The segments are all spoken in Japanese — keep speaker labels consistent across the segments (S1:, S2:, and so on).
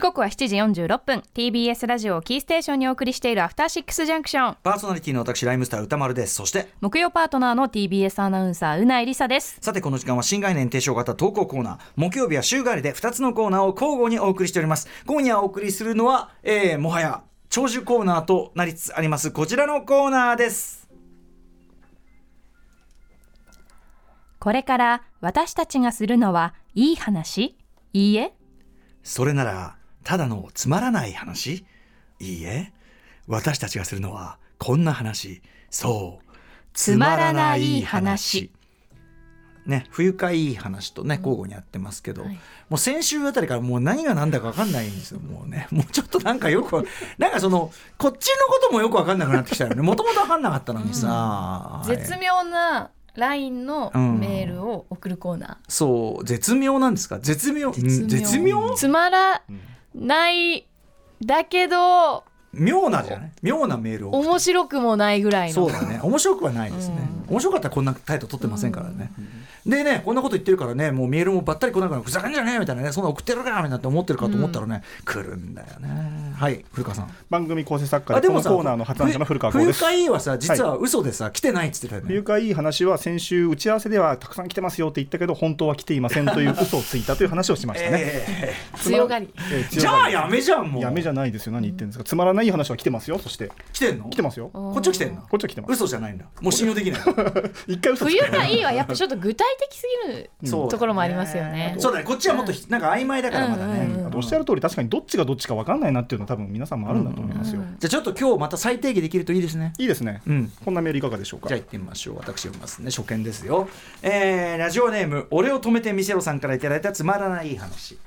S1: 刻は7時46分 TBS ラジオをキーステーションにお送りしているアフターシックスジャンクション
S2: パーソナリティの私ライムスター歌丸ですそして
S1: 木曜パートナーの TBS アナウンサーうないりさです
S2: さてこの時間は新概念提唱型投稿コーナー木曜日は週替わりで2つのコーナーを交互にお送りしております今夜お送りするのは、えー、もはや長寿コーナーとなりつつありますこちらのコーナーです
S1: これから私たちがするのはいい話いいえ
S2: それならただのつまらない話いいえ私たちがするのはこんな話そう
S1: つまらない話
S2: ね、不愉快いい話とね交互にやってますけど、もう先週あたりからもう何が何だか分かんないんですよもうね もうちょっとなんかよくなんかそのこっちのこともよく分かんなくなってきたよねもともと分かんなかったのにさ、はい
S3: 絶妙なラインのメールを送るコーナ
S2: そう絶妙なんですか絶妙
S3: 絶妙
S2: うん絶妙
S3: ー。つまらないだけど
S2: 妙なじゃない妙なメールを送って
S3: 面白くもないぐらいの。
S2: そうだね面白くはないですね、面白かったらこんな態度取ってませんからね、でねこんなこと言ってるからねもうメールもばったり来なくなるふざけんじゃねえみたいなねそんな送ってるからみたいな思ってるかと思ったらね、来るんだよねはい古川さん
S4: 番組構成作家でこのコーナーの発案者の古川
S2: ふ
S4: 光
S2: 冬
S4: です
S2: かいいはさ実は嘘でさ、来てないっつってたよ
S4: 冬
S2: ね
S4: かいい話は先週打ち合わせではたくさん来てますよって言ったけど本当は来ていませんという嘘をついたという話をしましたね、
S2: え
S3: 強がり。
S4: えー
S2: ーじゃあやめじゃんもう
S4: やめじゃないですよ何言ってるんですかつまらない話は来てますよそして
S2: 来てんの
S4: 来てますよ
S2: こっちは来てんの
S4: こっちは来てます
S2: 嘘じゃないんだもう信用でき ない
S4: 一回嘘つ
S3: 冬
S4: い
S3: がいいはやっぱちょっと具体的すぎる
S2: そうだね
S3: ところもありますよね。
S2: そうだねこっちはもっとひなんか曖昧だからまだね、
S4: あとおっしゃる通り確かにどっちがどっちか分かんないなっていうのは多分皆さんもあるんだと思いますよ、
S2: じゃあちょっと今日また再定義できるといいですね
S4: いいですね、
S2: うん
S4: こんなメールいかがでしょうか
S2: じゃあ行ってみましょう。私読みますね。初見ですよ。えーラジオネーム、俺を止めてみせろさんからいただいたつまらない話。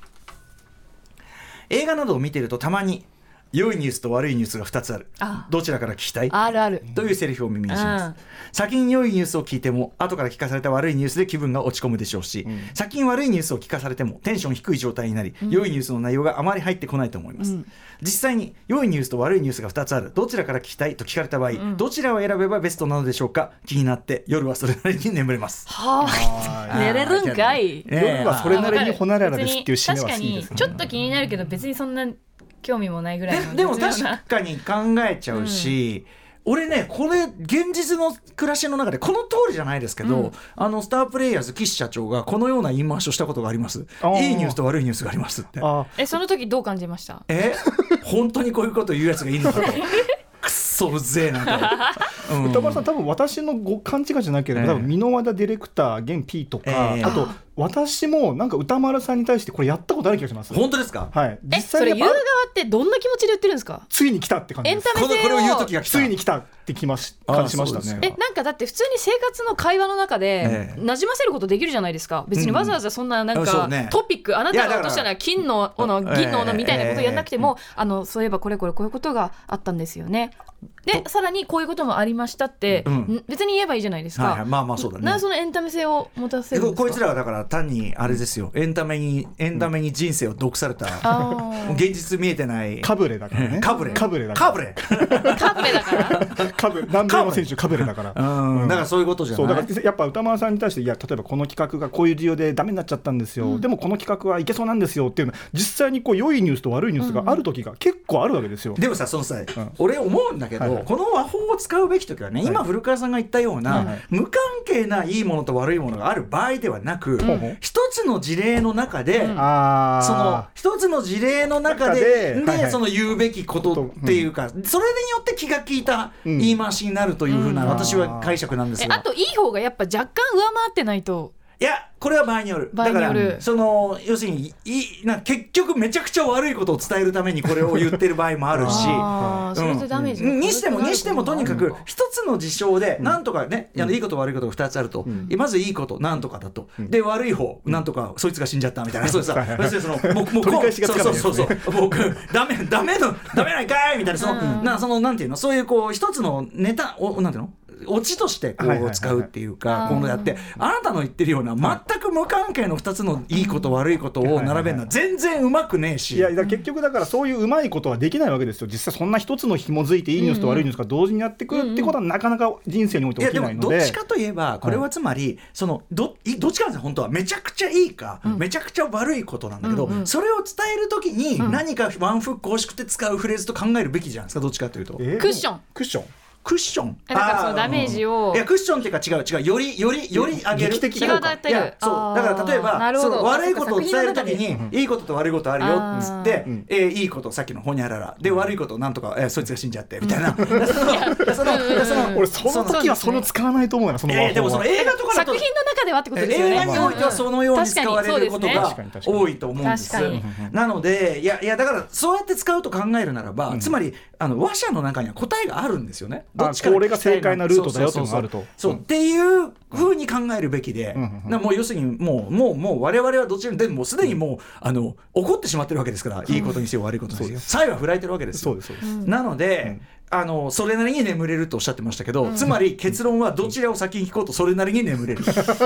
S2: 映画などを見ているとたまに、良いニュースと悪いニュースが2つある。
S3: あ
S2: どちらから聞きたい
S3: あるある。
S2: というセリフを耳にします、
S3: うん
S2: 先に良いニュースを聞いても後から聞かされた悪いニュースで気分が落ち込むでしょうし、先に悪いニュースを聞かされてもテンション低い状態になり、良いニュースの内容があまり入ってこないと思います、実際に良いニュースと悪いニュースが2つあるどちらから聞きたいと聞かれた場合、どちらを選べばベストなのでしょうか気になって夜はそれなりに眠れます
S3: は
S2: ー
S3: 寝れるんかい。
S2: ねえ
S4: 夜はそれなりにほなららですっていう締めは
S3: 確
S4: 好
S3: か
S4: きで
S3: に
S4: すね
S3: ちょっと気になるけど別にそんな興味もないぐらいの
S2: ででも
S3: 絶
S2: 確
S3: 妙な
S2: かに考えちゃうし、俺ねこれ現実の暮らしの中でこの通りじゃないですけど、あのスタープレイヤーズ岸社長がこのような言い回しをしたことがあります
S4: あー
S2: いいニュースと悪いニュースがありますって
S4: あ
S3: えその時どう感じました？
S2: え本当にこういうこと言うやつがいいのかと くっそうぜえなと、うん
S4: 歌丸さん多分私のご勘違いじゃなければ、
S2: ええ
S4: 多分箕輪田ディレクター現 P とか、
S2: ええ
S4: あと私もなんか歌丸さんに対してこれやったことある気がします。
S2: 本当ですか
S4: はい、
S3: えそれ
S4: やっ
S3: 言う
S4: ぱ
S3: 側ってどんな気持ちで言ってるんですか？
S4: ついに来たって感じ
S3: エ
S4: で
S3: ン
S4: す。
S3: タメ
S2: このこれを言う時
S3: 性を
S2: が来た
S4: ついに来たってきまし
S2: ああ
S4: 感じまし
S2: そ
S4: た
S2: うです
S4: ね
S2: よ。
S3: えなんかだって普通に生活の会話の中で
S2: ええ
S3: 馴染ませることできるじゃないですか別にわざわざそんななん
S2: あそう
S3: か
S2: ね
S3: トピックあなたが落としたのは金の斧
S2: ええ
S3: 銀の斧みたいなことやんなくてもあのそういえばこれこれこういうことがあったんですよねでさらにこういうこともありましたって
S2: うん
S3: ん別に言えばいいじゃないです
S2: はいは
S3: か
S2: いまあまあそうだね
S3: なんでそのエンタメ性を持たせ
S2: で
S3: るん
S2: こ
S3: ですか
S2: こいつらはだから単にあれですよエンタメにエンタメに人生を毒された、
S3: あー
S2: 現実見えてない
S4: カブレだからね。
S2: カブレ
S4: カブレだから。
S2: カブレ
S3: カフェだから
S4: カブ南米の選手カブレだから。
S2: うん、だからそういうことじゃ
S4: そうだ
S2: な
S4: か
S2: い
S4: らやっぱ歌丸さんに対していや例えばこの企画がこういう理由でダメになっちゃったんですよ、でもこの企画はいけそうなんですよっていうの実際にこう良いニュースと悪いニュースがある時が結構あるわけですよ。
S2: でもさそのさ、
S4: ん
S2: 俺思うんだけど、
S4: はいはい
S2: この和法を使うべき時はね今古川さんが言ったような、
S4: はいはい
S2: 無関係ないいものと悪いものがある場合ではなく、
S4: ん
S2: 一つの事例の中で、
S4: あー
S2: その一つの事例の中でで、
S4: 中ではいはい
S2: その言うべきことっていうか、それによって気が利いた
S4: うん
S2: 言い回しになるというふうな、
S4: うん
S2: 私は解釈なんです
S3: え
S2: が、
S3: あといい方がやっぱ若干上回ってないと
S2: いやこれは場合による
S3: 場合による
S2: だからその要するにいいなんか結局めちゃくちゃ悪いことを伝えるためにこれを言ってる場合もあるし。
S3: あーそれでダメージが
S2: うんにしてもにしてもとにかく
S3: あー
S2: 一つの事象でなんとかね、あのいいこと悪いことが2つあると、まずいいことなんとかだと、で悪い方なんとかそいつが死んじゃったみたいな、そうさ要するにそのもうもう
S4: 取り返しがつかない
S2: そうそうそうそう僕ダメダメのダメなんかいみたいなその、なそのなんていうのそういうこう一つのネタおなんていうのオチとしてこ
S4: はいはい
S2: う
S4: はい
S2: 使うっていう
S3: あ
S2: か
S3: ー
S2: 今後やってあなたの言ってるような全く無関係の2つのいいこと悪いことを並べるのは全然うまくねえし
S4: いやだから結局だからそういううまいことはできないわけですよ実際そんな一つの紐づいていいニュースと悪いニュースが同時にやってくるってことはなかなか人生において
S2: いや
S4: 起き
S2: で
S4: ない
S2: も
S4: の
S2: どっ
S4: で
S2: ちかといえばこれはつまりそのどいどっちかなんですよ本当はめちゃくちゃいいかめちゃくちゃ悪いことなんだけど
S3: うんうん
S2: それを伝える時に何かワンフック欲しくて使うフレーズと考えるべきじゃないですかどっちかというと
S4: えー
S3: クッション
S4: クッション
S2: クッション
S3: えだからそのダメージを
S2: いやクッションっていうか違う違うよりよりより上げる
S4: 劇的
S2: 効果
S4: な
S3: 際立って
S2: い
S3: る
S2: やそ
S3: あ
S2: う
S3: ー
S2: だから例え
S3: な
S2: ば
S3: るほ
S2: そ
S3: ど
S2: の悪いことを伝えると
S3: 作
S2: き
S3: 品
S2: にいいことと悪いことあるよっつって
S3: あ
S4: ー
S2: えーいいことさっきのほにゃららで悪いことなんとかえーそいつが死んじゃってみたいな そのそのその
S4: 俺その時はその使わないと思うなそのワ
S2: えー
S4: ー
S2: で
S4: ド
S2: もその
S4: は
S2: 映画とかだと
S3: 作品の中ではってことですよね
S2: 映画においてはそのように使われること
S4: うん
S2: が
S4: 確かに確かに
S2: 多いと思うんです
S3: 確か
S2: なのでいやいやだからそうやって使うと考えるならば、つまりあの話者の中には答えがあるんですよねどっちか
S4: あこれが正解なルートだよっていうのがあると
S2: そう
S4: うん
S2: っていうふうに考えるべきで、
S4: うんうんうん
S2: なもう要するにもうもうもう我々はどちらでももうすでにもう、あの怒ってしまってるわけですからいいことにせよ悪いことにせ
S4: そう
S2: よ
S4: です
S2: 才は振られてるわけです
S4: そ
S2: よ
S4: うですそうです、
S2: なので、あのそれなりに眠れるとおっしゃってましたけど、つまり結論はどちらを先に聞こうとそれなりに眠れる。
S4: そうですね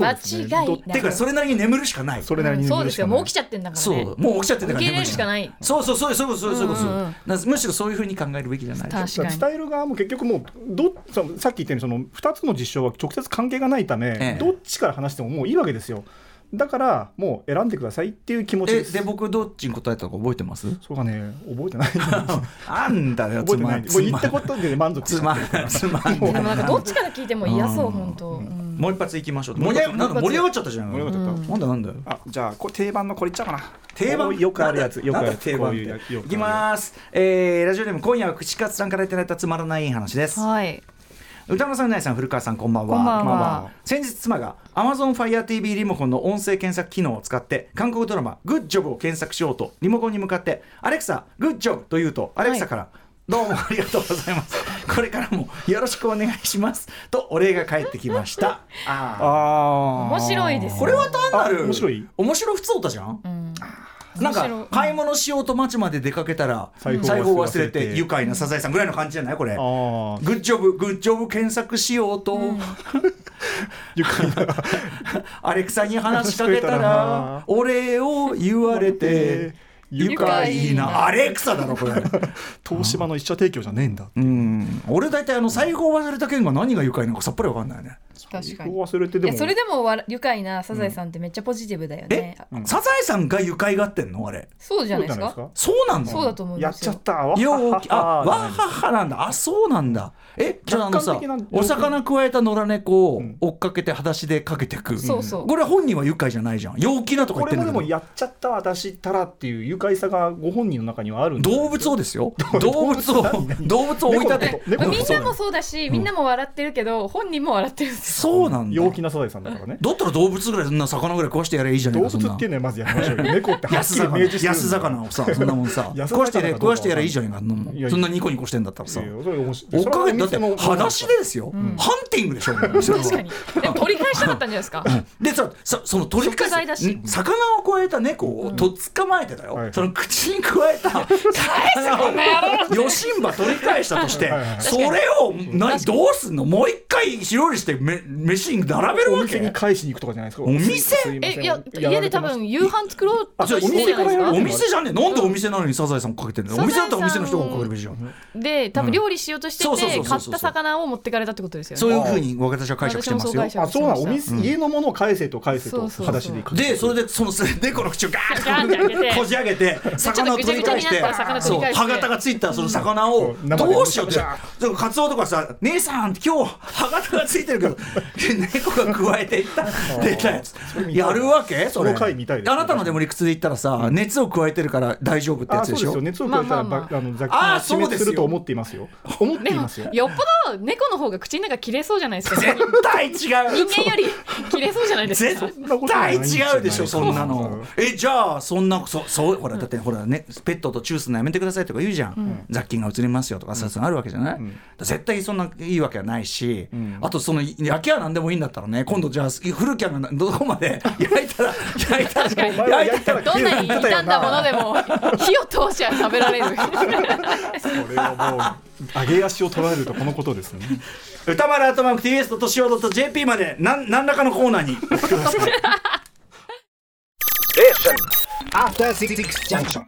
S3: 間違いない
S4: ど
S2: てかそれなりに眠るしかない。
S4: それなりに
S3: そうですよもう起き
S4: き
S3: ちゃってんだから
S2: そ
S3: ね
S2: うもう起きちゃってたから
S3: 受け入れるしかない
S2: 眠れそうそうそうそういうことそういうことそういう
S3: うんうんう
S2: こ
S3: ん
S2: となむしろそういうふうに考えるべきじゃない
S3: 確かに
S4: 伝える側も結局もうどささっき言ったようにその2つの実証は直接関係がないため、
S2: ええ
S4: どっちから話してももういいわけですよだからもう選んでくださいっていう気持ち
S2: え
S4: です
S2: で僕どっちに答えたか覚えてます
S4: そうかね覚えてない覚
S2: あんだよ
S4: え
S2: つ
S4: て
S2: ま
S4: ない
S2: ん
S4: もう言ったことで満足
S2: つ
S4: し
S2: ま
S4: た
S2: んつまん
S3: でも なんかどっちから聞いても嫌そう本当うん
S2: もう一発いきましょう
S4: もう
S2: 盛
S4: 一
S2: り
S4: 発
S2: 上がなんか盛り上がっちゃったじゃん
S4: 盛り上がっちゃった
S2: なんだなんだよ
S4: あじゃあこれ定番のこれいっちゃおうかな
S2: 定番
S4: よくあるやつよくある
S2: なんだ定番っ
S4: こういうやつ
S2: て
S4: よ
S2: い
S4: くある
S2: きますえーラジオネーム今夜は串カツさんからいただいたつまらないいい話です
S3: はい
S2: 歌丸さん、うないさん、古川さん、こんばんは。
S3: こんばんは
S2: こ先日、妻が Amazon Fire TV リモコンの音声検索機能を使って、韓国ドラマ、グッジョブを検索しようと、リモコンに向かって、アレクサ、グッジョブと言うと、アレクサから、どうもありがとうございます。これからもよろしくお願いします。とお礼が返ってきました。あ
S4: あー
S3: 面白いですよ
S2: これは単なる
S4: あ面白い
S2: 面白普通歌じゃん、
S3: うん
S2: なん
S3: 面白
S2: か
S3: い
S2: 買い物しようと街まで出かけたら財
S4: 財
S2: 布
S4: 布
S2: を
S4: を
S2: 忘
S4: 忘
S2: れ
S4: れて
S2: て愉快なサザエさんぐらいの感じじゃないこれ
S4: あー
S2: グッジョブグッジョブ検索しようと、
S4: ゆっくりな
S2: アレクサに話しかけたらお礼を言われて愉快
S3: 愉快
S2: な
S3: な
S2: アレクサだろこれ
S4: 東芝の一社提供じゃねえんだ
S2: うん俺大体あの裁縫忘れた件が何が愉快なのかさっぱりわかんないね
S3: 確か
S4: こ
S3: に
S4: こ忘れて
S3: い
S4: で
S3: や
S4: も
S3: それでもわら愉快なサザエさんってめっちゃポジティブだよ
S2: え
S3: ね、
S2: サザエさんが愉快がってんのあれ
S3: そうじゃないです
S4: そうじゃ
S3: か
S4: ないで
S2: そうなの
S3: そうだと思うん
S4: や
S3: で
S4: っ
S3: す
S4: ちゃ
S3: よ
S4: ったわ
S2: ようあ
S4: はは
S2: わ
S4: は
S2: ははなんだあそうなんだえじゃああのさ
S4: 客観的な
S2: お魚くわえた野良猫を
S4: ん
S2: 追っかけて裸足でかけてく
S3: そうそう
S2: これ本人は愉快じゃないじゃん陽気なとか
S4: こ
S2: 言って
S4: れ
S2: んだ
S4: も
S2: け
S4: でも
S2: ど
S4: やっちゃった私ったらっていう愉快さがご本人の中にはあるんで
S2: 動物をですよ動物を動物を追い立て
S4: 猫
S3: みんなもそうだしみんなも笑ってるけど本人も笑ってるんですよ
S2: そうなんだ
S4: 陽気なサザエさんだからね
S2: だったら動物ぐらいそんな魚ぐらい食わしてやればいいじゃない
S4: 動
S2: かそん
S4: 物
S2: な
S4: っていうのはまずやりましょうよ猫ってはっ
S2: 安
S4: きり明
S2: 魚
S4: 示してる
S2: 安魚をさそんなもんさ
S4: 安魚
S2: 食わしてやれ
S4: かどうか
S2: 食わしてやればいいじゃないかそんなもん
S4: いやいや
S2: そんなニコニコしてんだったらさ追
S4: お
S2: っかけてだって裸足で
S4: で
S2: ですよ、ハンティングでしょもうそれは
S3: 確かに でも取り返したかったんじゃないですか
S2: でささその取り返
S3: 食材だ
S2: す
S3: し
S2: ん魚をくわえた猫をとっ捕まえてだよ、
S4: はい
S2: その口にくわえた魚をヨシンバ取り返したとして
S4: はいはい
S2: それを何どうすんのもう一回白にしてめ飯に並べる
S4: お
S2: わ
S4: 店
S2: け
S4: に返しに行くとかじゃないですか
S2: お店
S4: すいませ
S3: え
S4: ん
S3: いや家で多分夕飯作ろうと
S4: あそれ
S3: してるじゃないです
S4: お店からや
S3: か
S4: る
S2: お店じゃねえなんでお店なのにサザエさん追っかけてんの
S3: サ
S2: お
S3: ザエさん
S2: 店だったらお店の人が追っかけるべきじゃん
S3: で多分料理しようとして
S2: うんそうそ
S3: て
S2: うそうそ
S3: 買
S2: う
S3: っ
S2: そう
S3: た魚を持ってかれたってことですよね
S2: そういうふうに私は解釈してますよ
S3: 私もそう解釈
S4: あそうなのお店
S2: うん
S4: 家のものを返せと返せと
S3: そうそうそう
S4: 裸足で行く
S2: でそれでその猫の口をガー
S3: ガーンって開け
S2: ッ
S3: て
S2: とこじ上げて 魚を取り返し
S3: ち
S2: て
S3: ょっとぐちゃぐちゃになったら魚取
S2: そう
S3: り返して
S2: 歯型がついたその魚を
S4: うん
S2: どうしようって
S4: 生で
S2: そうカツオとかさ「姉さん今日歯型がついてるけど 猫がくわえていった」出たやつ
S4: それ見たい
S2: やるわけそれ
S4: その回見たいです
S2: あなたのでも理屈で言ったらさ熱を加えてるから大丈夫ってや
S4: あ
S2: つ
S4: そう
S2: で
S4: で
S2: し
S4: す
S2: ょ
S4: よ熱を加えたら
S3: まあま
S4: ば
S3: あ
S4: あの雑
S2: あ
S4: 菌
S2: ー
S4: を死
S2: そうで
S4: 滅
S2: すよ
S4: すると思っていますよ思っていますよ
S3: よっぽど猫の方が口の中切れそうじゃないですか人
S2: 絶対違う
S3: 間より切れそうじゃないですか
S2: 絶対違うでしょそんなのえじゃあそんなそそうほらだってほらねペットとチューするのやめてくださいとか言うじゃん、雑菌が移りますよとかそういうのあるわけじゃない、
S4: うん
S2: 絶対そんないいわけはないし、
S4: ん
S2: あとそのや焼きゃなんでもいいんだったらね今度じゃあ古きゃがどこまで焼いた ら焼いたら
S4: お前は焼いたら
S3: どんなに
S4: 食える
S3: 傷んだものでも火を通しは食べられる
S4: これはもう揚げ足を取られるとこのことですね
S2: 歌丸アットマーク TBS としお .jp までなん何らかのコーナーに
S5: After Six Junction.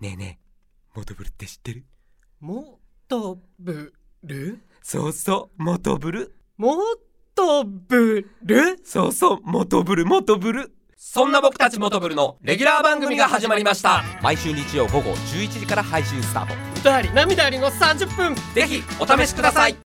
S6: ねえねえモトブルって知ってる
S7: もっとぶる
S6: そうそうモトブル
S7: もっとぶる
S6: そうそうモトブルモトブルそんな僕たちモトブルのレギュラー番組が始まりました毎週日曜午後11時から配信スタート
S7: 歌あり涙ありの30分
S6: ぜひお試しください